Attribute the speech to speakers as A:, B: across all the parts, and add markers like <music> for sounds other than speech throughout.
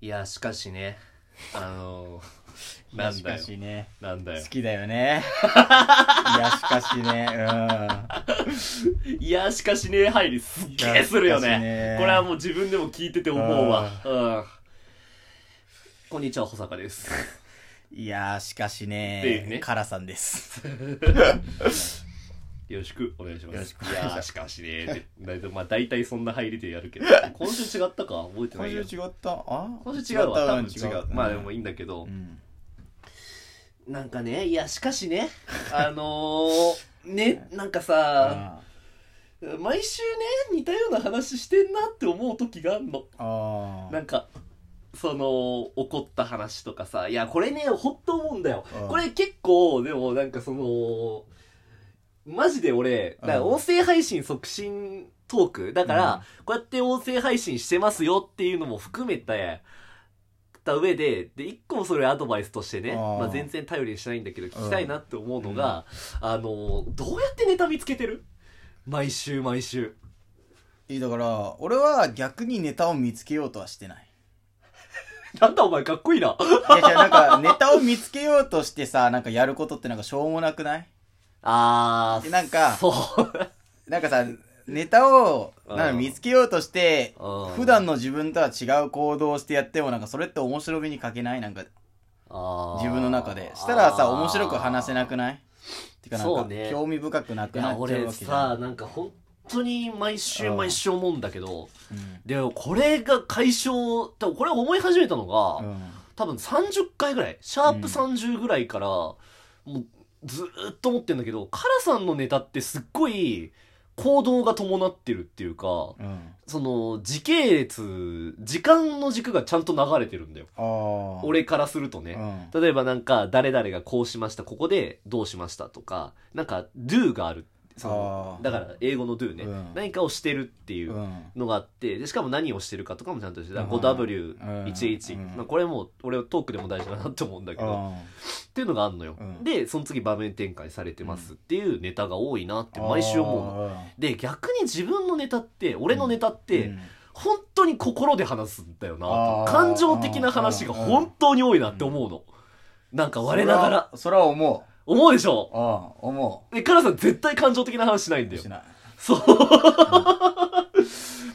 A: いやしかしねあの
B: <laughs> い
A: な
B: や
A: ん
B: し
A: だ
B: か
A: よ
B: しね
A: なんだよ
B: 好きだよ
A: <laughs>
B: ねいやしかしねう
A: いやしかしね入りすっげえするよね
B: いやしかしね
A: これはもう自分でも聞いてて思うわうんこんにちは保坂です
B: んいやしかし
A: っていう
B: ね
A: ね
B: カラさ
A: <laughs>
B: んです
A: よろしくお願いします
B: よろしくお
A: い
B: 願いします
A: やしかしねって
B: <laughs>
A: だいたいまあ大体そんな入りでやるけど今週違ったか覚えてな
B: 今
A: い
B: 週
A: よ
B: 違ったあ
A: 今週違うわ多分違うまあでも
B: い
A: いいんだけど、
B: うん
A: なんかねいやしかしねあのー、
B: <laughs>
A: ねなんかさ、
B: あ
A: 毎週ね似たような話してんなって思う時があんの
B: あ
A: なんかその怒った話とかさいやこれねほっと思うんだよ
B: うん
A: これ結構でもなんかそのマジで俺だから音声配信促進トークだから、こうやって音声配信してますよっていうのも含めてた上でで一個もそれアドバイスとしてね
B: あー
A: まあ、全然頼りにしないんだけど聞きたいなって思うのが、あのどうやってネタ見つけてる毎週毎週
B: いいだから俺は逆にネタを見つけようとはし
A: <laughs>
B: てない
A: なんだお前かっこいいない
B: や違うなんかネタを見つけようとしてさなんかやることってなんかしょうもなくない
A: <laughs> あー
B: でなんか
A: そう
B: なんかさネタを
A: うん
B: なんか見つけようとして
A: うん
B: 普段の自分とは違う行動をしてやってもなんかそれって面白みに欠けないなんか自分の中でしたらさ面白く話せなく
A: い
B: ないてかなん
A: そ
B: か、
A: うね
B: 興味深くなく
A: い
B: な
A: や
B: っちゃう
A: 俺
B: わけじゃ
A: さ
B: ん、
A: なんか本当に毎週
B: うん
A: 毎週思うんだけど
B: うん
A: でもこれが解消でもこれ思い始めたのが、
B: うん
A: 多分30回ぐらいシャープ
B: うん
A: 30ぐらいから、もうずーっと思ってんだけどカラさんのネタってすっごい行動が伴ってるっていうか
B: うん
A: その時系列時間の軸がちゃんと流れてるんだよ
B: ああ
A: 俺からするとね、
B: うん
A: 例えばなんか誰々がこうしましたここでどうしましたとかなんか do があるその
B: あー
A: だから英語の do ね、
B: うん
A: 何かをしてるっていううんのがあってでしかも何をしてるかとかもちゃんとして
B: うん
A: 5W11、
B: うん
A: まあ、これも俺はトークでも大事だなって思うんだけど、っ
B: あ
A: ていうのがあんのよ、
B: うん
A: でその次場面展開されてますっていうネタが多いなって
B: ー
A: 毎週思うので逆に自分のネタって俺のネタって、
B: うん
A: 本当に心で話すんだよなと
B: あー
A: 感情的な話が本当に多いなって思うの、なんか我ながら
B: それはそれは思う
A: 思うでしょ
B: ああ思
A: でカラさん絶対感情的な話しないんだ
B: う
A: よ
B: しない
A: そう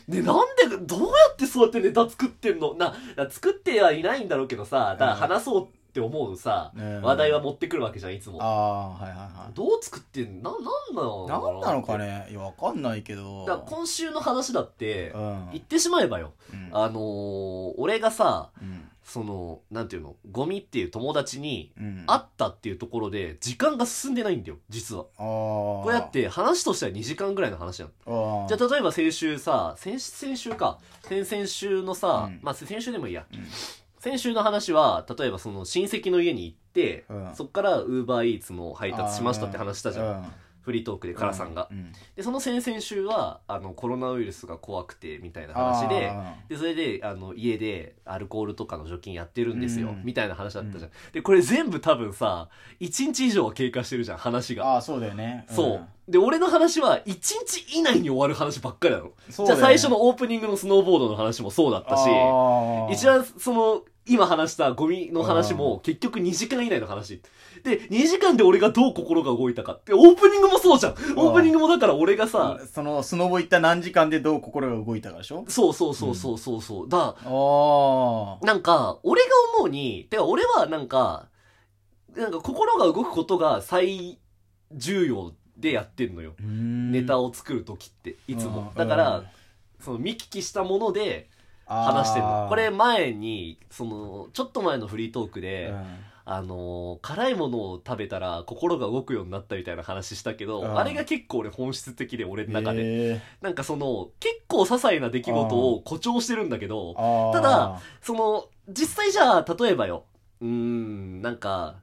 A: でなんでどうやってそうやってネタ作ってんのなな作ってはいないんだろうけどさだから話そうって思うさ、
B: うん
A: 話題は持ってくるわけじゃんいつも
B: ああはいはいは
A: どう作ってんのななんなの
B: いなんなのか
A: ね
B: ねいやわかんないけど
A: だから今週の話だって
B: う、ん
A: 言ってしまえばよ
B: うん
A: あのー俺がさ
B: うん
A: その、なんていうの、ゴミっていう友達に、
B: うん
A: 会ったっていうところで、時間が進んでないんだよ、実は。
B: あこ
A: こうやって、話としては2時間ぐらいの話なの。
B: あ
A: じゃあ、例えば先週さ、先、先週か。先々週のさ、
B: うん
A: まあ、先週でもいいや。
B: うん
A: 先週の話は、例えばその親戚の家に行って、
B: うん
A: そっからウーバーイーツの配達しましたって話したじゃん。
B: ん
A: フリートークで、カラさんが。
B: うん
A: で、その先々週は、あの、コロナウイルスが怖くて、みたいな話で、
B: あ
A: でそれであの家でアルコールとかの除菌やってるんですよ、
B: うん
A: みたいな話だったじゃん、でこれ全部多分さ1日以上は経過してるじゃん話
B: ー
A: が、
B: あーそうだよね
A: そうで俺の話は1日以内に終わる話ばっかりなの、
B: うん
A: じ
B: そう
A: ゃ
B: だ
A: あ
B: よね
A: 最初のオープニングのスノーボードの話もそうだったし
B: あー
A: 一番その今話したゴミの話も結局2時間以内の話で2時間で俺がどう心が動いたかってオープニングもそうじゃんオープニングもだから俺がさ
B: そのスノボ行った何時間でどう心が動いたかでしょ
A: そうそうそうそうそうそうだ
B: あ
A: なんか、俺が思うに、てか俺はなんか、なんか心が動くことが最重要でやってんのよ。
B: あネ
A: ネタ
B: を
A: を作る時って、いつも。
B: うん
A: だか
B: う
A: ら
B: ん、
A: その見聞きしたもので話してるの。これ前に、その、ちょっと前のフリートークで、あのー、辛いものを食べたら心が動くようになったみたいな話したけど、
B: うん
A: あれが結構俺本質的で俺の中で。
B: で
A: なんかその、結構些細な出来事を誇張してるんだけど、た
B: た
A: だその、実際じゃあ、例えばよ、うーん、なんか、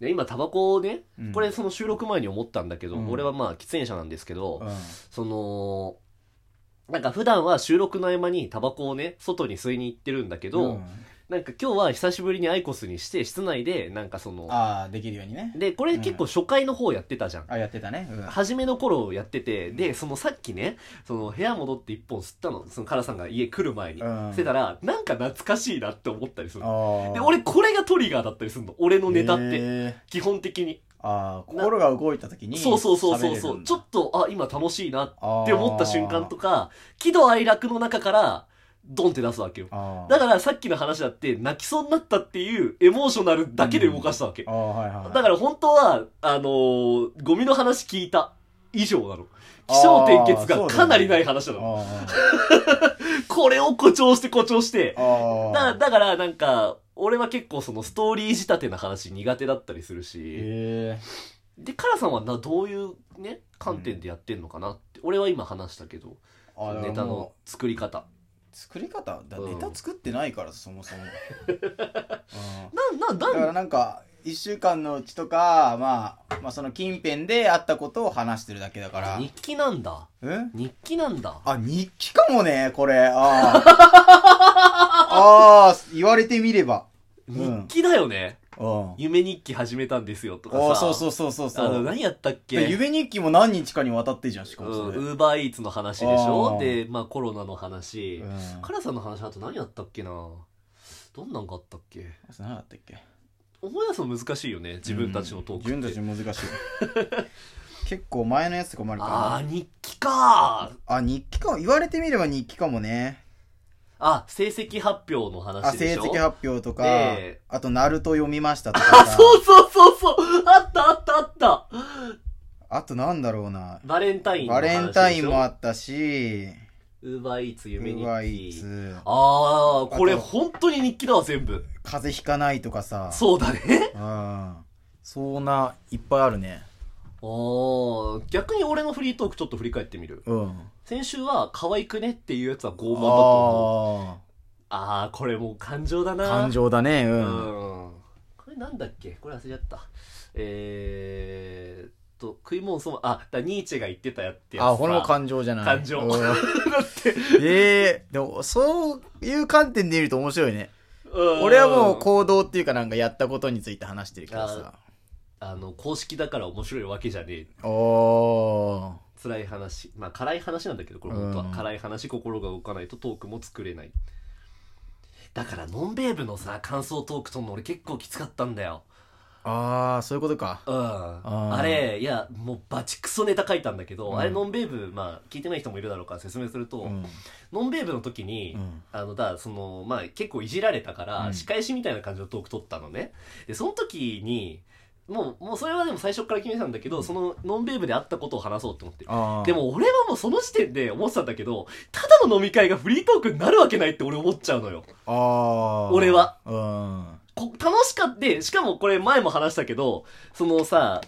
A: ね今タバコをね、これその収録前に思ったんだけど、
B: うん
A: 俺はまあ喫煙者なんですけど、その、なんか普段は収録の合間にタバコをね、外に吸いに行ってるんだけど、なんか今日は久しぶりにアイコスにして、室内で、なんかその、
B: ああできるようにね
A: で、これ結構初回の方やってたじゃん。
B: あやってたね、うん、
A: 初めの頃やってて、で、そのさっきね、その部屋戻って一本吸ったの、そのカラさんが家来る前に。
B: うん
A: してたら、なんか懐かしいなって思ったりするの。
B: あ
A: で、俺これがトリガーだったりするの。俺のネタって。
B: て
A: 基本的に。
B: ああ心が動いた時に
A: そうそうそうそうそう。ちょっと、あ、今楽しいなって思った瞬間とか、喜怒哀楽の中から、ドンって出すわけよ。
B: か
A: だからさっきの話だって、泣きそうになったっていうエモーショナルだけで動かしたわけ。
B: ああはいはい
A: だから本当は、あのーゴミの話聞いた以上なの。気象転結
B: あーそ
A: が
B: うだね
A: かなりない話なの。
B: あ
A: これを誇張して誇張して。
B: あああ
A: だだからなんか、俺は結構そのストーリー仕立てな話苦手だったりするし。
B: へえ
A: で、カラさんはな、どういうね、観点でやってんのかなって。俺は今話したけど、
B: あ
A: ネ
B: ネ
A: タ
B: タ
A: の
B: の
A: 作り方。
B: 作り方だ
A: うん
B: ネタ作ってないからそ
A: <laughs>
B: もそもうん
A: な、な、
B: だか
A: な
B: ら
A: ん、
B: なんか1週間のうちとか、まあ、まあその近辺であったことを話してるだけだから
A: 日記なんだ。
B: うん
A: 日記なんだ。
B: あ日記かもねこれあ
A: <laughs>
B: あああ言われてみれば
A: 日記だよね。
B: うん
A: 夢日記始めたんですよとか
B: ああ
A: さ。
B: そうそうそうそうそ
A: あの、
B: う
A: 何やったっけ
B: 夢日記も何日かにわたってじゃんしかも
A: うん
B: それ、
A: ウーバーイーツの話でしょ
B: あー
A: で、まあコロナの話。
B: うん
A: カラさんの話あと何やったっけなどんなんがあったっけ
B: 何だったっけ
A: 思い出すの難しいよね、自分たちのトーク
B: うん
A: って。
B: 自分たち難しい <laughs> 結構前のやつとかもある
A: あ
B: か
A: ー、日記か
B: らあ日記か言われてみれば日記かもね
A: あ、成績発表の
B: あ
A: 話で
B: 成
A: しょ
B: 績発表とか、
A: で
B: あと「ナルト読みました」と
A: あ、
B: かさ
A: そうそうそうそうあったあったあった
B: あとなんだろうな
A: バレンタインの
B: バ
A: 話でし
B: レ
A: ょ
B: ンタインもあったし
A: ウーバーイーツ夢
B: うわい
A: 日
B: い
A: 記。
B: つ
A: あー、これ
B: あと
A: 本当に日記だわ、全部。
B: 風邪ひかないとかさ
A: そうだね。
B: うんそんないっぱいあるね
A: あー逆に俺のフリートークちょっと振り返ってみる
B: うん
A: 先週は可愛くねっていうやつは傲慢だと思う
B: あ
A: ああーこれもう感情だな
B: あ感情だねう
A: うん
B: ん
A: これなんだっけこれ忘れちゃったえー、っと食い物そもあだニーチェが言ってたやってやつ
B: あこれも感情じゃない
A: 感情
B: うん
A: <laughs>
B: ええでもそういう観点で見ると面白いね俺はもう
A: うん
B: 行動っていうかなんかやったことについて話してるけどさ
A: あの公式だから面白いわけじゃねえ
B: おー
A: 辛い話まあ辛い話なんだけどこれ本当は
B: うん
A: 辛い話心が動かないとトークも作れないだからノンベーブのさ感想トークとんの俺結構きつかったんだよ
B: あーそういうことか
A: うん
B: ー
A: あれいやもうバチクソネタ書いたんだけど、
B: うん
A: あれノンベーブまあ聞いてない人もいるだろうから説明すると、
B: うん
A: ノンベーブの時に、
B: うん
A: あのだからそのまあ結構いじられたから、
B: うん
A: 仕返しみたいな感じのトーク取ったのねでその時にもうもうそれはでも最初から決めてたんだけど、そのノンベーブであったことを話そうと思って
B: あー
A: でも俺はもうその時点で思ってたんだけど、ただの飲み会がフリートークになるわけないって俺思っちゃうのよ。
B: ああ
A: 俺は
B: うん
A: こ楽しかった、しかもこれ前も話したけど、そのさ、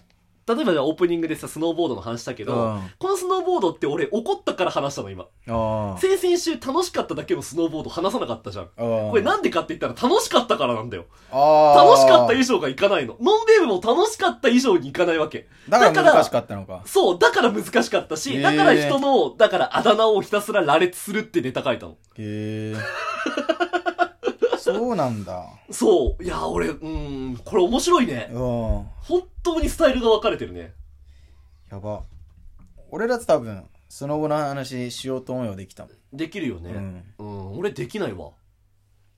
A: 例えばじゃあオープニングでさ、スノーボードの話したけど、
B: うん
A: このスノーボードって俺怒ったから話したの今。
B: あー
A: 先々週楽しかっただけのスノーボード話さなかったじゃん。
B: こ
A: これなんでかって言ったら楽しかったからなんだよ。楽
B: 楽
A: しかった以上がいかないの。ノンベーブも楽しかった以上にいかないわけ。
B: だから
A: だから
B: 難しかったのか。
A: そう、だから難しかったし、
B: へー
A: だから人の、だからあだ名をひたすら羅列するってネタ書いたの。
B: へえ。そうなんだ。
A: そう。いや、俺、うん、これ面白いね
B: う。ん。
A: 本当にスタイルが分かれてるね。
B: やば。俺らと多分、その後の話しようと思えばできたもん。
A: できるよ
B: う
A: ね。
B: ん。
A: うん、俺できないわ。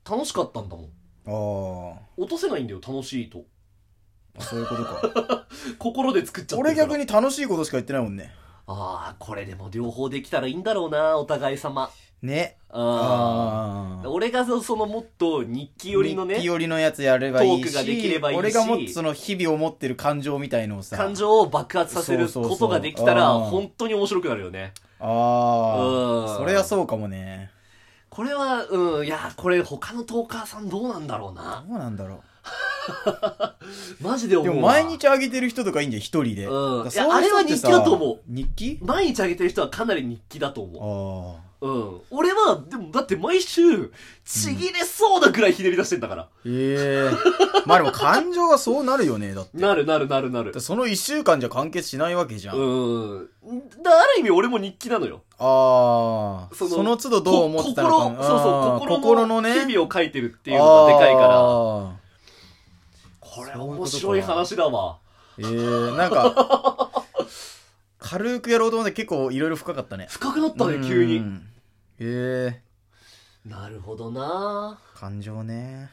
A: 楽しかったんだもん。
B: あ
A: 落とせないんだよ、楽しいと。
B: あ。そうい
A: <laughs>
B: うことか。
A: 心で作っちゃって
B: 俺
A: るから
B: 逆。に楽しいことしか言ってないもんね。
A: ああ、これでも両方できたらいいんだろうな、お互い様。
B: ね。
A: あ
B: あ
A: あ。
B: あ。
A: 俺がそそのもっと日記寄りの
B: 日記
A: ね、
B: 寄りのやつやればい
A: ト
B: い
A: ーク
B: し、
A: ができればいいし
B: 俺がもっとその日々思ってる感情みたいのをさ。
A: 感情を爆発させる
B: そうそ
A: こ
B: うそう
A: とができたら、
B: あー
A: 本当に面白くなるよね。
B: あ
A: うん
B: あ。それはそうかもね。
A: これは、うん、いや、これ他のトーカーさんどうなんだろうな。
B: どうなんだろう。
A: マジで思
B: で
A: うわ
B: も毎日上げてる人とかいいんだよ、一人で。
A: うん
B: だからそういう人ってさ
A: いやあれは日記だと思う。
B: 日記
A: 毎日あげてる人はかなり日記だと思
B: ああ。
A: う。うん。俺は、でもだって毎週、ちぎれそうなくらいひねり出してんだから。
B: ええ <laughs> まあでも感情はそうなるよね、だって。
A: なるなるなるな
B: だ
A: る
B: って。その一週間じゃ完結しないわけじゃん。
A: う
B: あ
A: ん。だある意味俺も日記なのよ。
B: あー。
A: そ
B: そ
A: の
B: の都度どう思ってたのか
A: こ心、そうそう、心の
B: 心のね。
A: 日々を書いてるっていうのがでかいから。
B: あ
A: これ
B: そういうことか
A: 面白い話だわ。
B: ーええなんか、 <laughs> 軽くやろうと思って結構いろいろ深かったね。
A: 深くなったね、急
B: う
A: に。
B: ん。ええ
A: なるほどな
B: 感情ね。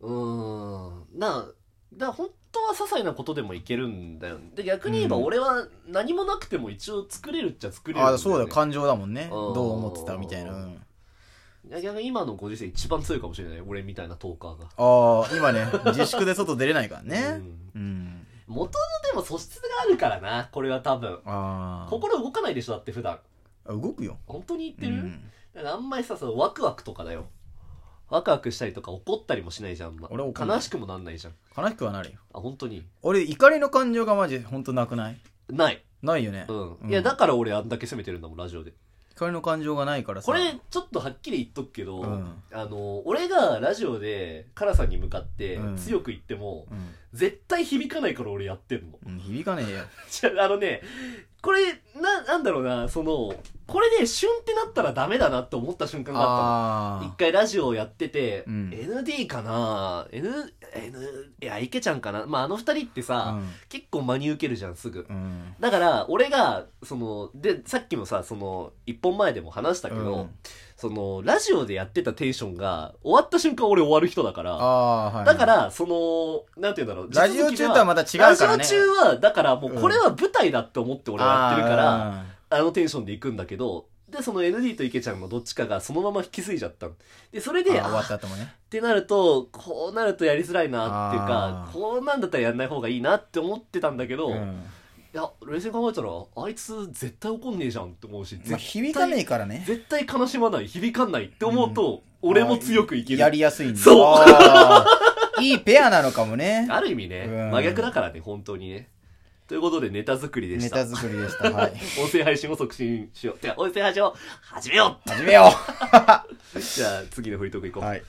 A: うん。な、だ本当は些細なことでもいけるんだよ。で、逆に言えば
B: うん
A: 俺は何もなくても一応作れるっちゃ作れるん
B: あ
A: よ
B: あ、
A: ね
B: そうだよ、感情だもんね。
A: あー
B: どう思ってたみたいな。うん
A: いや逆に今のご時世一番強いかもしれない。俺みたいなトーカーが。
B: ああ、今ね、自粛で外出れないからね。うん。
A: 元のでも素質があるからな、これは多分。
B: ああ。
A: 心動かないでしょ、だって普段。
B: あ動くよ。
A: 本当に言って
B: う
A: る、
B: ん。
A: だからあんまりさ、そのワクワクとかだよ。ワクワクしたりとか怒ったりもしないじゃん、あんま。
B: 俺怒んない
A: 悲しくもなんないじゃん。
B: 悲しくはなるよ。
A: あ、本当に。
B: 俺、怒りの感情がマジほんとなくない
A: ない。
B: ないよね。
A: うん。
B: うん
A: いや、だから俺あんだけ責めてるんだもん、ラジオで。
B: 怒りの感情がないからさ。
A: これ、ちょっとはっきり言っとくけど、
B: うん
A: あの、俺がラジオで、カラさんに向かって
B: うん
A: 強く言っても、
B: うん、
A: 絶対響かないから俺やってんの。 <laughs>
B: うん。響かねえよ。
A: 違うあのね、これ、な、なんだろうな、その、これね、旬ってなったらダメだなって思った瞬間があったの。一
B: あ
A: 回ラジオをやってて、
B: うん
A: ND かな ?N、N、いや、池ちゃんかなまあ、あの二人って
B: あ。
A: さ、結構真に受けるじゃん、すぐ。
B: うん。うん。
A: だから、俺が、その、で、さっきもさ、その、一本前でも話したけど、
B: うん
A: その、ラジオでやってたテンションが、終わった瞬間俺終わる人だから、
B: ああー、はい。
A: だか、ら、その、なんて言うんだろう。
B: ラジオ
A: 地続
B: 中
A: き
B: と
A: で
B: はまた違うからね。
A: ラジオ中は、だからもうこれは舞台だって思って俺はやってるから、あ
B: あ
A: のテンションで行くんだけど、で、その ND と池ちゃんのどっちかがそのまま引き継いじゃったので、それ
B: ー
A: で、
B: あー
A: あ
B: 終わっ
A: ー
B: た
A: っ
B: 後もね。
A: てなると、こうなるとやりづらいなっていうか
B: あ、ー
A: こうなんだったらやんない方がいいなって思ってたんだけど、
B: う
A: い
B: ん。
A: や、冷静に考えたら、あいつ絶対怒んねえじゃんって思うし、絶
B: まあ、
A: 対
B: 響かねえからね。
A: 絶対悲しまない、響かないって思うと、俺も強くいける。
B: やりやすいんだ
A: そう
B: あーいいペアなのかもね。
A: ある意味ね、
B: うん
A: 真逆だからね、本当にね。ということで、ネタ作りで
B: ネ
A: した。
B: タ作りでした。はい。
A: 音声配信を促進しよう。じゃあ、音声配信を始めよ
B: 始めよ
A: うじゃあ、次のフリートークいうこう。
B: はい。